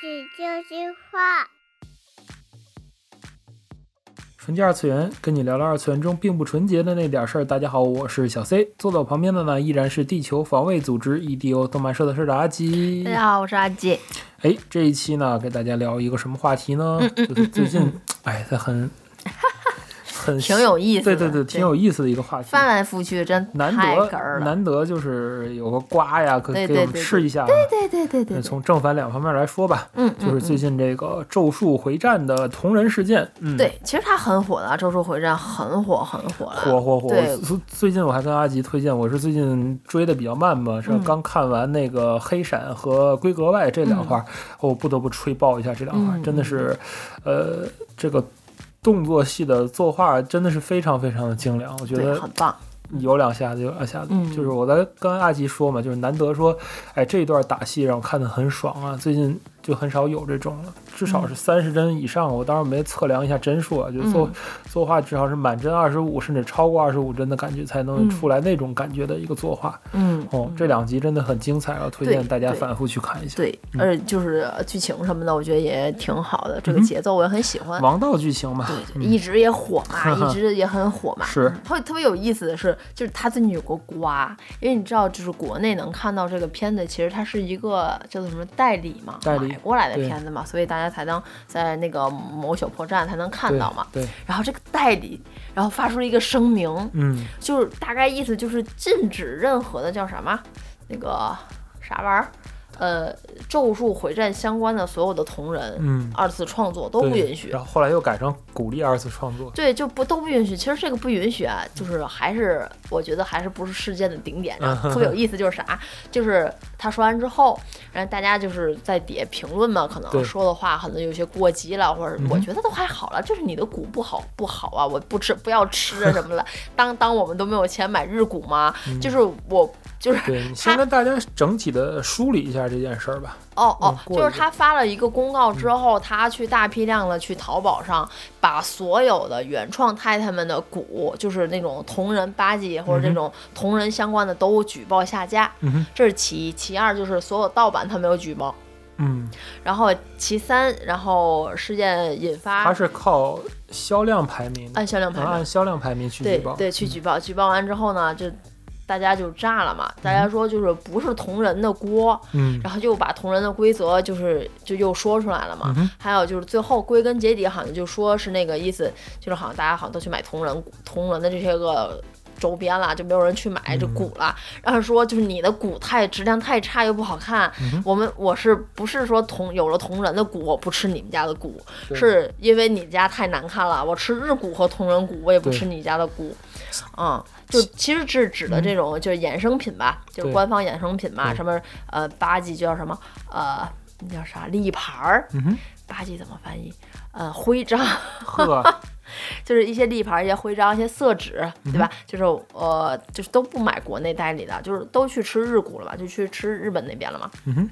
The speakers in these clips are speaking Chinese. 这句话。纯洁二次元，跟你聊聊二次元中并不纯洁的那点事儿。大家好，我是小 C，坐在我旁边的呢依然是地球防卫组织 EDO 动漫社的社长阿吉大。家哎好，我是阿吉。哎，这一期呢，给大家聊一个什么话题呢？嗯就是最近，哎，它 很很挺有意思对的对对，对挺有意思的一个话题。翻来覆去真难太哏得儿了，难得就是有个瓜呀，可以对给对我们对对吃一下。对对对对那对，从正反两方面来说吧，嗯，嗯就是最近这个《咒术回战》的同人事件，嗯，，对，其实它很火的，《咒术回战》很火很火了，火火火！对最最近我还跟阿吉推荐，我是最近追的比较慢嘛，是吧嗯刚看完那个《黑闪》和《规格外》这两话，我不得不吹爆一下这两话，嗯真的是，呃，这个动作戏的作画真的是非常非常的精良，我觉对，得很棒。有两下子有两下子，嗯就是我在跟阿吉说嘛，就是难得说，哎，这一段打戏让我看的很爽啊，最近就很少有这种了，至嗯少是三十帧以上。我当时没测量一下帧数啊，就是作、嗯作画至少是满帧二十五，甚至超过二十五帧的感觉才能嗯出来那种感觉的一个作画。嗯，哦，这两集真的很精彩啊，推荐大家对反复去看一下。对，而且就是剧情什么的，我觉得也挺好的，这个嗯嗯节奏我也很喜欢。王道剧情嘛，对对，一直也火嘛， 一直也很火嘛。啊嗯嗯是特特别有意思的是，就是它最近有个瓜，因为你知道，就是国内能看到这个片子，其实它是一个叫做什么代理嘛，代理买过来的对片子嘛，所以大家才能在那个某小破站才能看对到嘛。对，然后这个代理，然后发出了一个声明，嗯，就是大概意思就是禁止任何的叫什么那个啥玩意儿，呃，咒术回战相关的所有的同人、嗯二次创作都对啊不允许然。后后来又改成鼓励二次创作。对，就不都不允许。其实这个不允许啊，就是还是我觉得还是不是事件的顶点啊上。特别有意思就是啥，就是他说完之后，然后大家就是在底下评论嘛，可对能说的话可能有些过激了，或者嗯哼我觉得都还好了，就是你的股不好不好啊，我不吃不要吃啊什么的。当当我们都没有钱买日股吗？就是我就是嗯对你先他跟大家整体的梳理一下这件事儿吧。哦哦，嗯就过一嗯个是他发了一个公告之后，他去大批量的去淘宝上把所有的原创太太们的鼓，就是那种同人八级或者嗯这哼种同人相关的都举报下架，嗯哼，这是其一。其二就是所有盗版他没有举报，嗯，然后其三，然后事件引它发哎是靠销量排名的，啊按销量排能名。按销量排名去举对报。嗯对，去举报，举报完之后呢，就大家就炸了嘛，大家说就是不是同人的锅，嗯，然后又把同人的规则就是就又说出来了嘛。嗯哼还有就是最后归根结底好像就说是那个意思，就是好像大家好像都去买同人同人的这些个。周边啦，就没有人去嗯买这鼓了。然后说就是你的鼓太质量太差又不好看，嗯哼我们我是不是说同有了同人的鼓我不吃你们家的鼓，对是因为你家太难看了，我吃日鼓和同人鼓我也不对吃你家的鼓，嗯，就其实是指的这种就是衍生品吧，就是对官方衍生品嘛，对什么呃八级就叫什么呃那叫啥立牌儿，嗯哼，八级怎么翻译？呃，徽章 呵，就是一些立牌、一些徽章、一些色纸，对吧？就是呃，就是都不买国内代理的，就是都去吃日股了吧？就去吃日本那边了嘛。嗯哼，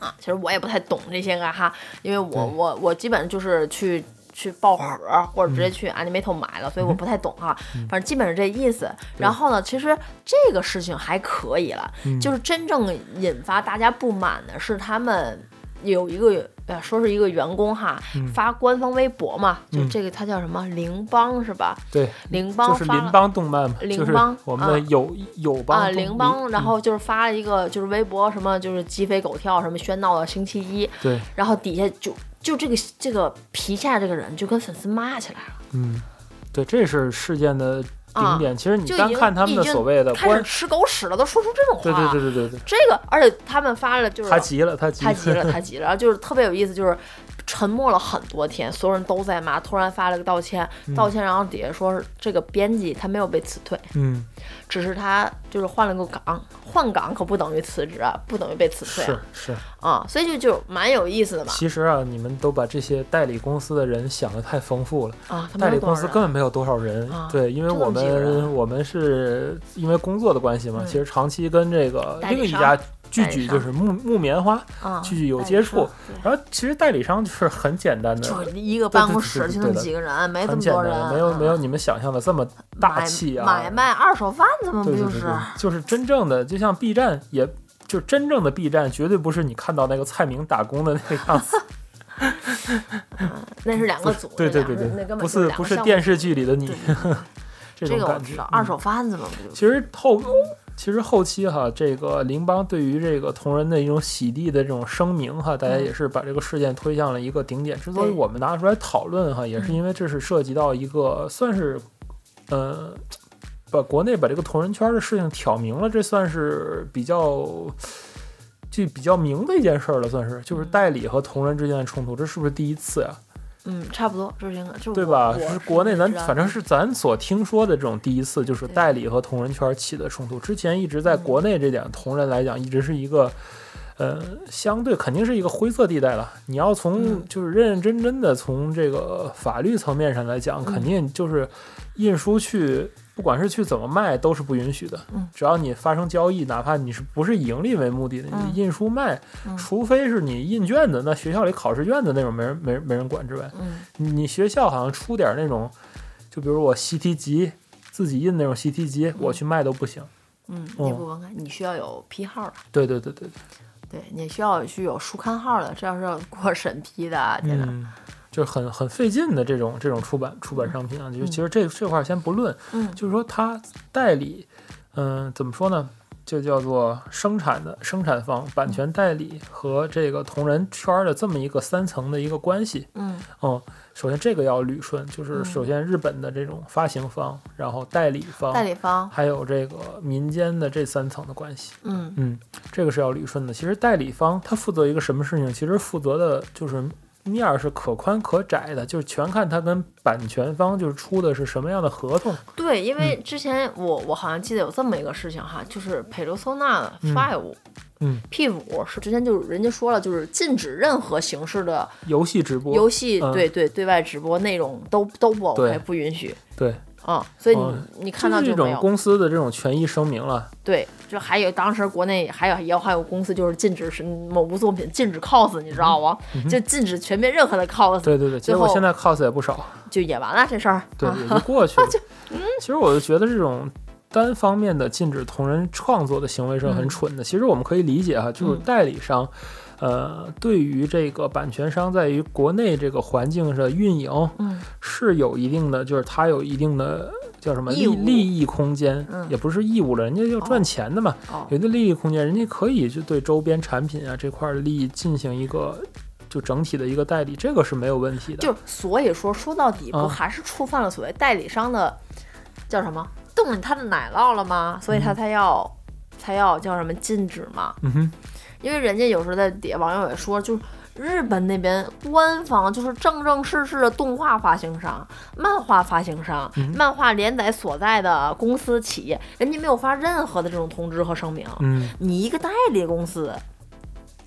啊，其实我也不太懂这些个哈，因为对我我我基本就是去去报盒儿或者直嗯接去 Animato 买了，所以我不太懂哈。反正基本是这意思。然后呢，其实这个事情还可以了，嗯就是真正引发大家不满的是他们有一个。呃，说是一个员工哈，发官方微博嘛，就嗯这个他叫什么邻邦是吧？对，邻邦就是发了邻邦动漫嘛，邻就是邦我们的啊友友邦啊，动邻邦，然嗯后就是发了一个就是微博什么就是鸡飞狗跳什么喧闹的星期一，对，然后底下就就这个这个皮下这个人就跟粉丝骂起来了，嗯，对，这是事件的顶点。其实你啊就单已经看他们的已经所谓的开始官，吃狗屎了，都说出这种话对了。呃对对对对对，这个，而且他们发了就是他急了，他急他了，急了，他急了，然后就是特别有意思，就是沉默了很多天，所有人都在骂，突然发了个道歉，道歉，然后底下说是这个编辑他没有被辞退，嗯，只是他就是换了个岗，换岗可不等于辞职啊，不等于被辞退是是。啊，啊所以就就蛮有意思的嘛其实啊，你们都把这些代理公司的人想的太丰富了。啊，他代们理有多公少司人根本没有多少人，啊对，因为真的我没几个们人啊我们是因为工作的关系嘛，嗯其实长期跟这个代理另一商家聚代理聚商就是木木棉花啊聚聚有代理接触商，对然后其实代理商就是很简单的，就一个对办对公对室对就对那么的几个人，没这很么简多单人，的，没有嗯没有你们想象的这么大买气啊，买卖二手贩子嘛，不对对就对是对？，就是真正的，就像 B 站也。就真正的 B 站，绝对不是你看到那个蔡明打工的那个样子，啊，那是两个组，对对那对两对个那，根本不就是两不个是项目电视剧里的你对对对这嗯这种个我感知觉嗯道，。二手贩子嘛，不就是其实后其实后期哈，这个羚邦对于这个同人的一种洗地的这种声明哈，大家嗯也是把这个事件推向了一个顶点。之所以对嗯我们拿出来讨论哈，也是因为这是涉及到一个算是，呃，把国内把这个同人圈的事情挑明了，这算是比较。就比较明的一件事儿了，算是就是嗯代理和同人之间的冲突，这是不是第一次呀、嗯，差不多，这是应该，这是对我吧？我是是国内咱知道反正是咱所听说的这种第一次，就是对嗯代理和同人圈起的冲突。之前一直在国内这点同人来讲，一直是一个。呃，相对肯定是一个灰色地带了。你要从嗯就是认认真真的从这个法律层面上来讲，嗯肯定就是印书去，不管是去怎么卖，都是不允许的。嗯只要你发生交易，哪怕你是不是以盈利为目的的，嗯你印书卖，嗯除非是你印卷子，那学校里考试卷子那种没人没人没人管之外，嗯你学校好像出点那种，就比如我习题集自己印那种习题集，我去卖都不行。嗯，嗯你不文开，你需要有批号的，对对对对，对，你需要去有书刊号的，这要是要过审批的啊，对天哪，嗯，就是很很费劲的这种这种出版出版商品啊，就其实这这块儿先不论，嗯就是说它代理，嗯、怎么说呢？就叫做生产的生产方、版权代理和这个同人圈儿的这么一个三层的一个关系。嗯嗯，首先这个要捋顺，就是嗯首先日本的这种发行方，然后代理方，代理方，还有这个民间的这三层的关系，嗯嗯，这个是要捋顺的。其实代理方他负责一个什么事情，其实负责的就是面儿是可宽可窄的，就是全看他跟版权方就是出的是什么样的合同。对，嗯因为之前我我好像记得有这么一个事情哈，就是佩罗索纳嗯 Five，嗯，P 五是之前就是人家说了，就是禁止任何形式的游戏直播，游戏嗯对对对外直播内容都都不对 OK，不允许。对，嗯，所以你、嗯你看这到是一就没种有公司的这种权益声明了。对，就还有当时国内还有也有还有公司就是禁止是某部作品禁止 cos，你知道吗？就禁止全面任何的 cos，嗯对对对，结最果后现在 cos 也不少，就也完了这事儿。对，啊也就过 去了。其实我就觉得这种。单方面的禁止同人创作的行为是很嗯蠢的。其实我们可以理解哈，就是嗯代理商，呃，对于这个版权商在于国内这个环境的运营嗯是有一定的，就是它有一定的叫什么利义务利益空间，嗯也不是义务了，人家要赚钱的嘛，哦有，一定利益空间，人家可以就对周边产品啊这块儿的利益进行一个就整体的一个代理，这个是没有问题的。就是所以说说到底不啊还是触犯了所谓代理商的叫什么动了他的奶酪了吗？所以他嗯才要、才要叫什么禁止嘛？嗯哼。因为人家有时候在底下网友也说，就是日本那边官方就是正正式式的动画发行商、漫画发行商、嗯漫画连载所在的公司企业，人家没有发任何的这种通知和声明。嗯，你一个代理公司，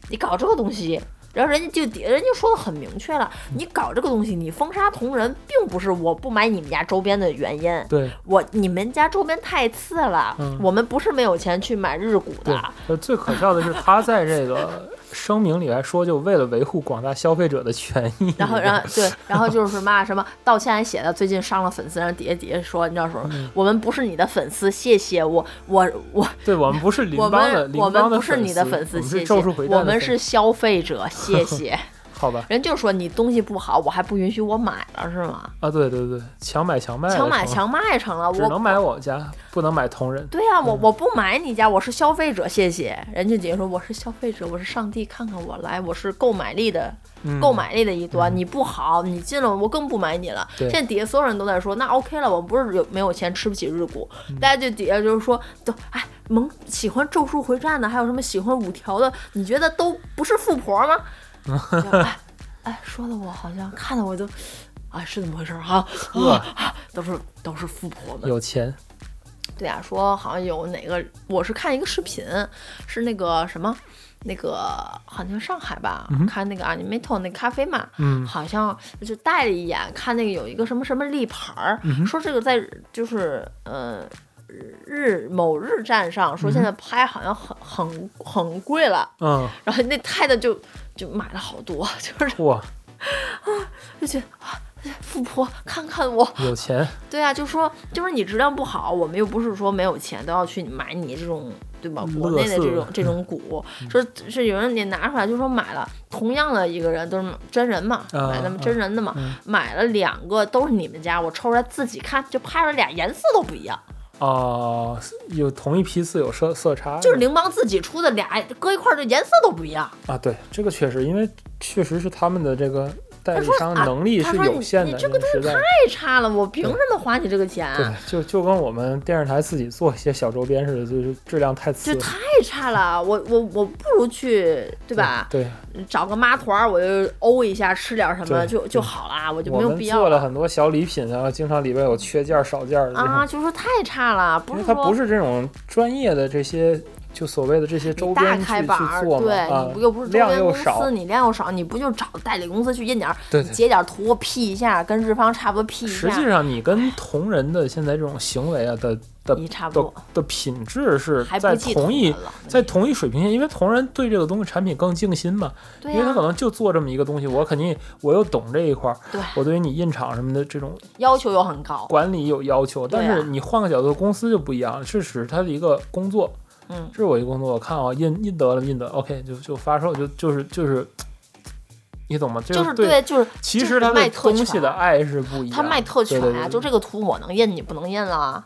你搞这个东西，然后人家就底人家说的很明确了，嗯你搞这个东西，你封杀同人，并不是我不买你们家周边的原因。对我你们家周边太次了，嗯我们不是没有钱去买日股对的，。呃，最可笑的是，他在这个声明里还说，就为了维护广大消费者的权益。然后，然后对，然后就是嘛什么道歉还写的，最近伤了粉丝，然后底下底下说，你知道什么？嗯我们不是你的粉丝，谢谢我我我，对我们不是邻我邦的，们邻我邦们的不是你的粉丝，我丝，们是谢谢咒术回，战的我们粉是消费者， 谢谢。丝好吧？人就说你东西不好，我还不允许我买了是吗？啊，对对对，强买强卖的成，强买强卖成了，哎只我能嗯买我家，不能买同人。对呀、我我不买你家，我是消费者，谢谢。人家姐说我是消费者，我是上帝，看看我来，我是购买力的嗯购买力的一端，你不好，你进了我更不买你了。对现在底下所有人都在说，那 OK 了，我不是有没有钱吃不起日股，嗯大家就底下就是说，都哎萌喜欢《咒术回战》的，还有什么喜欢五条的，你觉得都不是富婆吗？ 就哎哎，说的我好像看的我都。啊，是这么回事儿哈、呵啊啊 都是都是富婆们，有钱，对啊，说好像有哪个，我是看一个视频，是那个什么，那个好像上海吧，看那个 Animato 那咖啡嘛，嗯好像就带了一眼，看那个有一个什么什么立牌儿，说这个在就是呃日某日站上说现在拍好像很、很很贵了， 嗯，然后那太太就就买了好多， 就是哇，就觉得啊。富婆，看看我，有钱，对啊，就说就是你质量不好，我们又不是说没有钱都要去买你这种对吧？国内的乐色嗯这种这种股，说是有人你拿出来就说买了，同样的一个人，都是真人嘛，啊买咱们真人的嘛，嗯买了两个都是你们家，我抽出来自己看，就拍出来俩颜色都不一样，嗯哦，有同一批次有色色差，就是羚邦自己出的俩搁一块儿，这颜色都不一样。啊，对，这个确实，因为确实是他们的这个代理他说商啊能力他是说有你限你的，这因个为实在太差了，我凭什么花你这个钱？啊对，就就跟我们电视台自己做一些小周边似的，就是质量太次就了，太差了，我我我不如去，对吧？对，找个妈团儿，我就欧一下，吃点什么对嗯就就好啦，我就我没有们必要做了很多小礼品啊，经常里边有缺件儿少件儿的这种啊，就说太差了，因不为是它说不是这种专业的这些，就所谓的这些周你大边去开去板儿，做嘛，对，啊你不又不是周量边又公司，少，你量又少，你不就找代理公司去印点儿，对你对。截点儿图 P 一下，跟日方差不多 P 一实下际，上，你跟同人的现在这种行为啊的的你差不的多，的品质是还不在记同一人了，嗯在同一水平线，因为同人对这个东西产品更静心嘛，对因为呀、他可能就做这么一个东西，我肯定我又懂这一块儿，对我对于你印厂什么的这种要求又很高，管理有要求，对但啊是你换个角度，公司就不一样，是指它的一个工作，嗯这是我一个工作，我看啊，印印得了，印得了，OK，就就发售，就就是就是，你懂吗？这就个是对，对，就是其就实是它卖对特东权西的爱是不一样，他卖特权对呀、对对就这个图我能印，你不能 印了，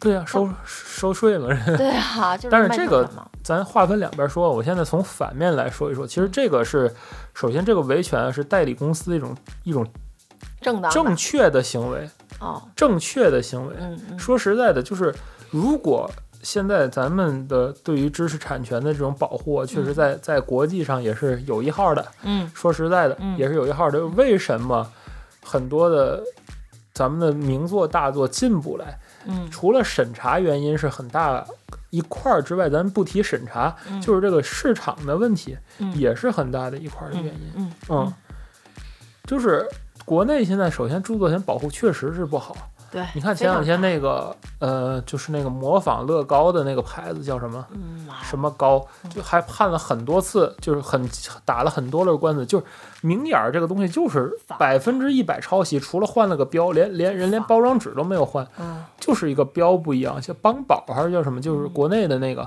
对啊，收收税嘛，对啊，就是但是卖这特个权嘛 咱划分两边说，我现在从反面来说一说，其嗯实这个是，首先这个维权是代理公司一种一种正当的正确的行为，哦，正确的行为。嗯嗯，说实在的，就是如果现在咱们的对于知识产权的这种保护啊，确实在在国际上也是有一号的。嗯说实在的，嗯也是有一号的。为什么很多的咱们的名作大作进不来？嗯，除了审查原因是很大一块儿之外，咱们不提审查，嗯就是这个市场的问题嗯也是很大的一块儿的原因。嗯嗯，就是国内现在首先著作权保护确实是不好。对，你看非前两常天大那个呃，就是那个模仿乐高的那个牌子叫什么嗯妈呀什么高，就还判了很多次，就是很打了很多轮官司，就是明眼儿这个东西就是仿百分之一百抄袭，除了换了个标，连连人连仿包装纸都没有换。嗯就是一个标不一样，像邦宝啊还是叫什么，就是国内的那个，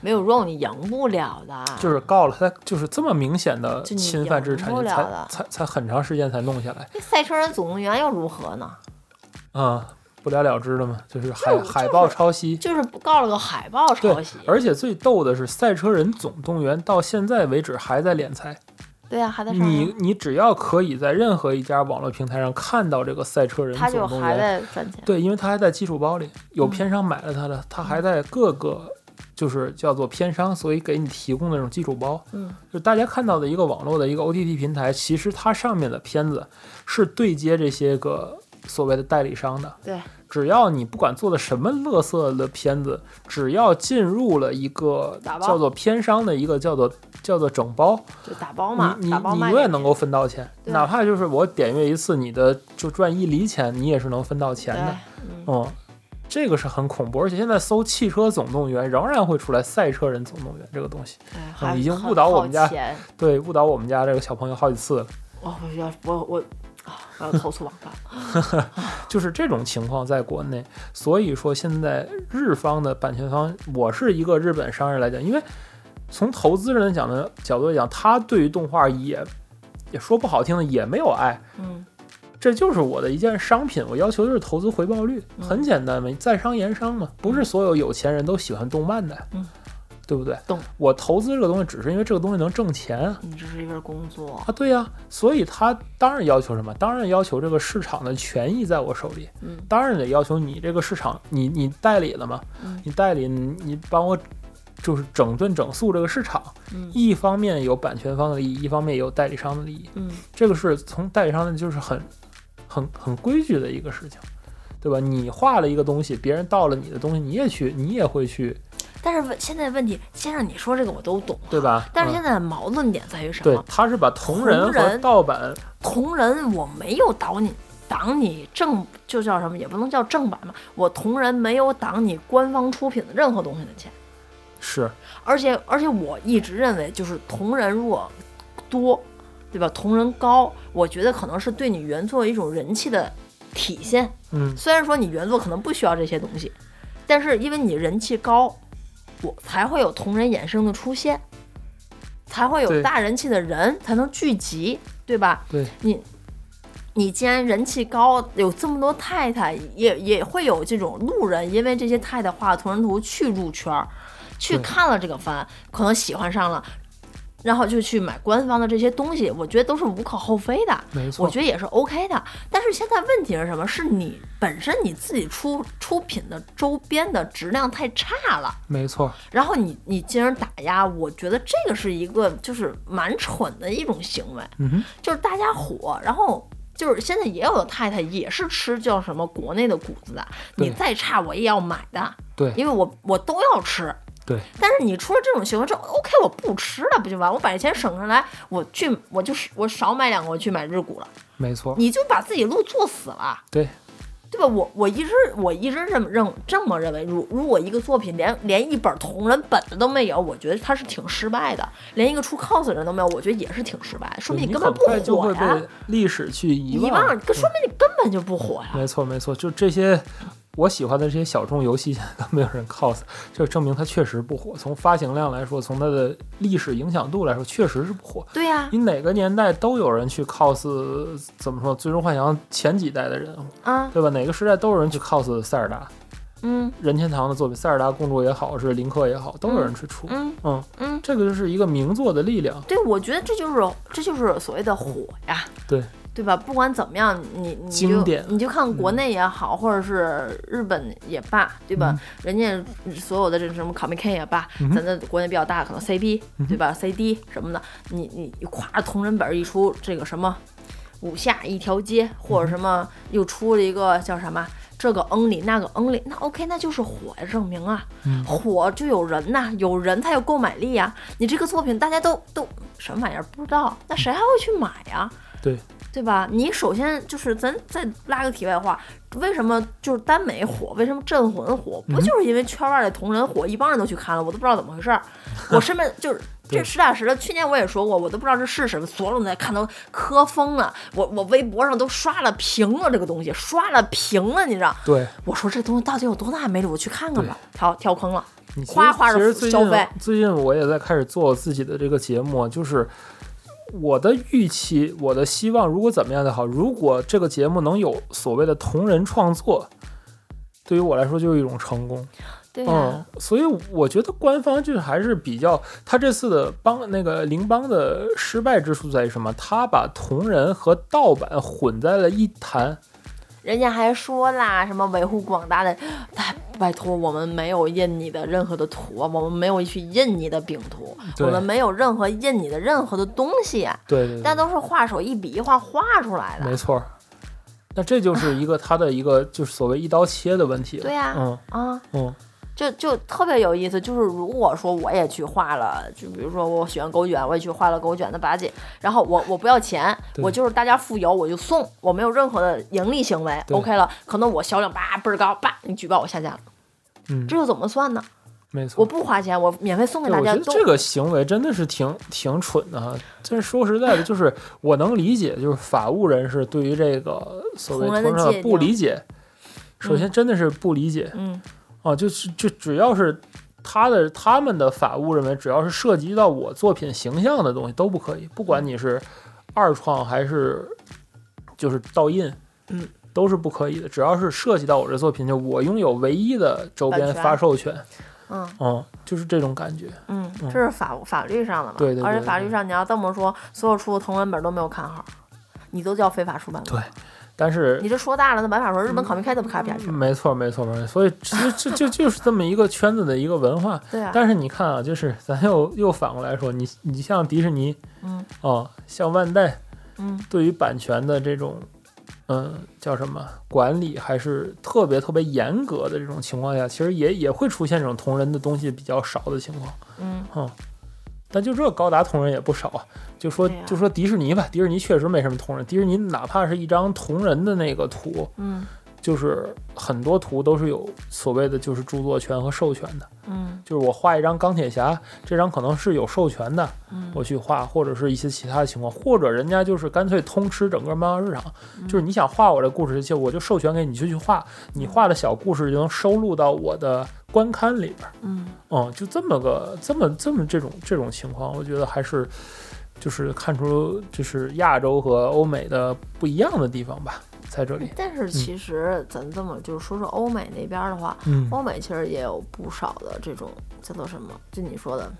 没有肉你赢不了的，就是告了他，就是这么明显的就你侵犯知识产养不权，了才才了才很长时间才弄下来那赛车人总动员又如何呢？啊、不了了之了嘛，就是海、就是海报抄袭。就是告了个海报抄袭，而且最逗的是，《赛车人总动员》到现在为止还在敛财。对呀、还在上你面，你只要可以在任何一家网络平台上看到这个《赛车人他就总动还员》，在赚钱，对，因为它还在基础包里，有嗯片商买了它的，它还在各个就是叫做片商，所以给你提供的那种基础包。嗯就大家看到的一个网络的一个 OTT 平台，其实它上面的片子是对接这些个所谓的代理商的。对，只要你不管做的什么乐色的片子，只要进入了一个打包叫做片商的一个叫做叫做整包，就打包嘛，你你打包你卖永给远能你够分到钱，对哪怕就是我点阅一次你的就赚一厘钱，你也是能分到钱对的。，嗯，嗯，这个是很恐怖，而且现在搜《汽车总动员》仍然会出来《赛车人总动员》这个东西，哎还啊已经很误导我耗们家钱哦对，误导我们家这个小朋友好几次了。我我要我我啊，我要投诉网站。就是这种情况在国内，所以说现在日方的版权方，我是一个日本商人来讲，因为从投资人讲的角度来讲，他对于动画也也说不好听的也没有爱，嗯，这就是我的一件商品，我要求的是投资回报率，嗯很简单嘛，在商言商嘛，不是所有有钱人都喜欢动漫的，嗯，对不对？懂我投资这个东西，只是因为这个东西能挣钱啊。你这是一份工作，啊，对呀、所以他当然要求什么？当然要求这个市场的权益在我手里，嗯当然得要求你这个市场，你你代理了嘛，嗯你代理你你帮我就是整顿整肃这个市场，嗯一方面有版权方的利益，一方面也有代理商的利益，嗯，这个是从代理商的就是很很很规矩的一个事情。对吧？你画了一个东西，别人盗了你的东西，你也去，你也会去，但是问现在问题，先生你说这个我都懂，对吧？但是嗯现在的矛盾点在于什对么？，他是把同人同和人盗版同人我没有挡你。挡你正就叫什么，也不能叫正版嘛。我同人没有挡你官方出品的任何东西的钱，是而且而且我一直认为，就是同人如果多，对吧？同人高，我觉得可能是对你原作一种人气的体现。嗯，虽然说你原作可能不需要这些东西，但是因为你人气高，我才会有同人衍生的出现。才会有对大人气的人才能聚集，对吧？对，你你既然人气高，有这么多太太，也也会有这种路人，因为这些太太画的同人图去入圈儿，去对看了这个番，可能喜欢上了。然后就去买官方的这些东西，我觉得都是无可厚非的。没我错，觉得也是 OK 的。但是现在问题是什么？是你本身你自己出出品的周边的质量太差了，没错，然后你你进而打压，我觉得这个是一个就是蛮蠢的一种行为，嗯哼，就是大家火，然后。就是现在也有的太太也是吃叫什么国内的谷子的，对你再差我也要买的，对因为我我都要吃。对，但是你出了这种行为之后，OK，我不吃了，不就完？我把这钱省下来，我去，我就是我少买两个，我去买日股了。没错，你就把自己路做死了，对，对吧？我我一直我一直认认这么认为，如如果一个作品连连一本同人本子都没有，我觉得它是挺失败的；连一个出 cos 的人都没有，我觉得也是挺失败的，说对明你根本不很快就会火呀。被历史去遗遗忘，可嗯说明你根本就不火呀。没错没错，就这些我喜欢的这些小众游戏， 现在都没有人 cos，这证明它确实不火。从发行量来说，从它的历史影响度来说，确实是不火。对呀、你哪个年代都有人去 cos，怎么说？最终幻想前几代的人物，啊，对吧？哪个时代都有人去 cos 塞尔达，嗯任天堂的作品，塞尔达公主也好，是林克也好，都有人去出。嗯嗯，嗯，这个就是一个名作的力量。对，我觉得这就是这就是所谓的火呀。对。对吧？不管怎么样，你你经就典嗯你就看国内也好，或者是日本也罢，对吧？人家所有的这什么 Comic Con 也罢，嗯嗯哼咱的国内比较大，可能 CB 嗯哼对吧、c d 什么的，你你你夸同人本一出，这个什么五下一条街，嗯或者什么又出了一个叫什么？这个嗯里，那个嗯里，那 OK，那就是火呀，证明啊，嗯火就有人呐、有人才有购买力呀、你这个作品大家都都什么玩意儿不知道，那谁还会去买啊呀、对，对吧？你首先就是咱再拉个题外话，为什么就是耽美火？为什么镇魂火？不就是因为圈外的同人火，一帮人都去看了，我都不知道怎么回事儿。我身边就是对这实打实的，去年我也说过，我都不知道这是什么，所有人在看都磕疯了。我我微博上都刷了屏了这个东西，刷了屏了，你知道？对，我说这东西到底有多大魅力？我去看看吧。好，跳坑了。你其实夸夸着其实最近消费最近我也在开始做自己的这个节目，就是我的预期，我的希望，如果怎么样的好，如果这个节目能有所谓的同人创作，对于我来说就是一种成功。对嗯，所以我觉得官方就是还是比较，他这次的帮那个羚邦的失败之处在于什么？他把同人和盗版混在了一谈。人家还说啦，什么维护广大的，哎，拜托，我们没有印你的任何的图，我们没有去印你的饼图，对我们没有任何印你的任何的东西，对对对，但都是画手一笔一画画出来没的。错儿。那这就是一个他的一个就是所谓一刀切的问题了。对呀嗯啊，嗯，就就特别有意思，就是如果说我也去画了，就比如说我喜欢狗卷，我也去画了狗卷的八戒，然后我我不要钱，对我就是大家付邮我就送，我没有任何的盈利行为对，OK 了，可能我销量叭倍儿高，叭你举报我下架了，嗯这又怎么算呢？没我错。不花钱，我免费送给对大我家觉得都。这个行为真的是挺挺蠢的哈。但是说实在的，就是我能理解，就是法务人士对于这个所谓同同人的嗯人上的界不定理解，首先真的是不理解嗯，啊，就是就只要是他的他们的法务认为，只要是涉及到我作品形象的东西都不可以，不管你是二创还是就是盗印，嗯，都是不可以的。只要是涉及到我这作品，就我拥有唯一的周边版权发售权，嗯嗯，就是这种感觉。嗯，嗯这是法法律上的嘛？对对对而且法律上你要这么说，所有出的同文本都没有看好，你都叫非法出版了。对但是你这说大了，那没法说，日本考没开都不开不下去。没错，没错，没错。所以这这就就是这么一个圈子的一个文化。对 啊，但是你看啊，就是 咱又又反过来说，你你像迪士尼，嗯啊、像万代，嗯，对于版权的这种，嗯，叫什么管理还是特别特别严格的这种情况下，其实也也会出现这种同人的东西比较少的情况。嗯，但就这高达同人也不少啊，就说、对啊就说迪士尼吧，迪士尼确实没什么同人，迪士尼哪怕是一张同人的那个图，嗯就是很多图都是有所谓的就是著作权和授权的，嗯就是我画一张钢铁侠，这张可能是有授权的，嗯我去画，或者是一些其他的情况，或者人家就是干脆通吃整个漫画市场，就是你想画我这故事，就我就授权给你，就去画，你画的小故事就能收录到我的官刊里边儿，嗯嗯，就这么个这么这么这种这种情况，我觉得还是就是看出就是亚洲和欧美的不一样的地方吧，在这里，但是其实咱这么就是说说欧美那边儿的话，嗯欧美其实也有不少的这种叫做什么，就你说的，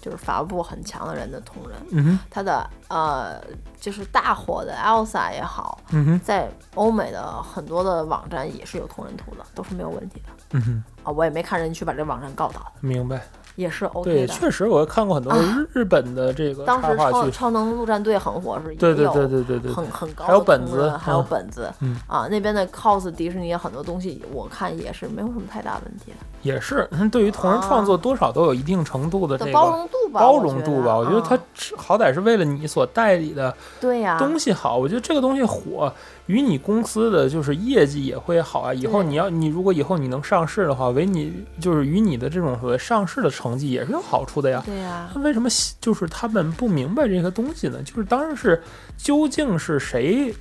就是法务部很强的人的同人，嗯哼他的呃就是大火的 Elsa 也好，嗯哼在欧美的很多的网站也是有同人图的，都是没有问题的嗯哼，啊。我也没看人去把这网站告倒，明白。也是 OK 对，的。啊确实我看过很多日日本的这个当插时画超剧，超能陆战队很火是，也对对有对对对对，很很高的同人，还有本子还有嗯本子，嗯啊，那边的 cos 迪士尼很多东西，我看也是没有什么太大问题的，也是。嗯对于同人创作，多少都有一定程度的这的个啊包容度吧，包容度吧。我我觉得它啊是好歹是为了你所代理的对呀，东西好，我觉得这个东西火，与你公司的就是业绩也会好啊。以后对你要你如果以后你能上市的话，为你就是与你的这种所谓上市的成绩也是有好处的呀。对呀，那为什么喜就是他们不明白这个东西呢？就是当然是究竟是谁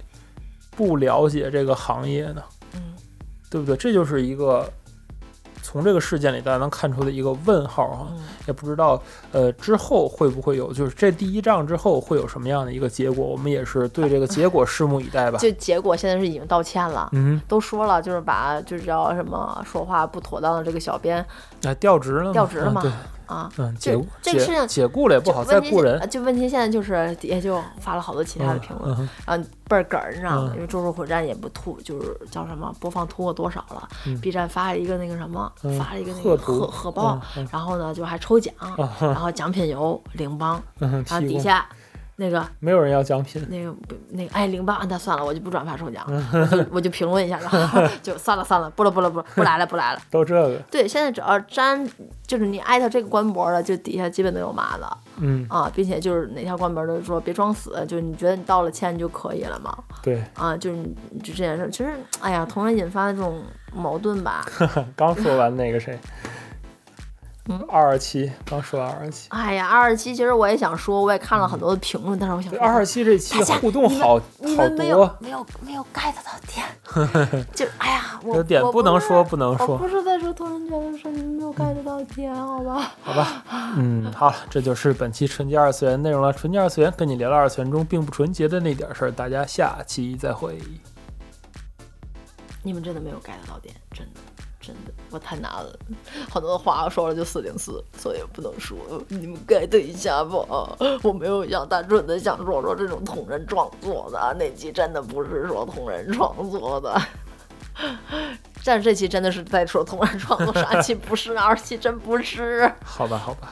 不了解这个行业呢？嗯，对不对？这就是一个从这个事件里大家能看出的一个问号啊。嗯也不知道呃之后会不会有，就是这第一仗之后会有什么样的一个结果，我们也是对这个结果拭目以待吧。就结果现在是已经道歉了。嗯，都说了，就是把就是叫什么说话不妥当的这个小编那调职了嘛，调职了嘛嗯对，啊，嗯，这解雇这个事解情解雇了也不好，就问再题雇人呃。就问题现在就是底下就发了好多其他的评论，嗯嗯然后倍儿哏儿，你知道吗？嗯因为《咒术回战》也不突，就是叫什么播放突破多少了、嗯 b 站发了一个那个什么，嗯发了一个那贺个图贺贺报，嗯嗯然后呢就还抽奖，然后奖品有羚邦，嗯，然后提底供下那个没有人要奖品，那个不那个哎零八，那算了，我就不转发抽奖，我就我就评论一下，然后就算了算了，不了不了不不来了不来了。都这个，对，现在只要沾就是你艾特这个官博了，就底下基本都有骂的嗯，啊，并且就是哪条官博都说别装死，就是你觉得你道了歉就可以了嘛对，啊，就是你就这件事儿，其实哎呀，同人引发的这种矛盾吧，刚说完那个谁，嗯二二七，刚说完二二七，哎呀，二十七其实我也想说，我也看了很多的评论，但是我想对，说二二七这期大家互动好你好啊们没有多，没有没有 get 到点，就哎呀，我有点我不能是说不能我说不，是在说同人圈的事，你们没有 get 到点，好吧？好吧，啊嗯，好了，这就是本期纯洁二次元内容了。纯洁二次元跟你聊聊二次元中并不纯洁的那点事儿，大家下期再会。你们真的没有 get 到点，真的。真的，我太难了，很多话说了就四零四，所以不能说。你们 get 一下吧，我没有想单纯的想说说这种同人创作的那期，真的不是说同人创作的。啊 但是这期真的是在说同人创作，上期不是，二期真不是。好吧，好吧。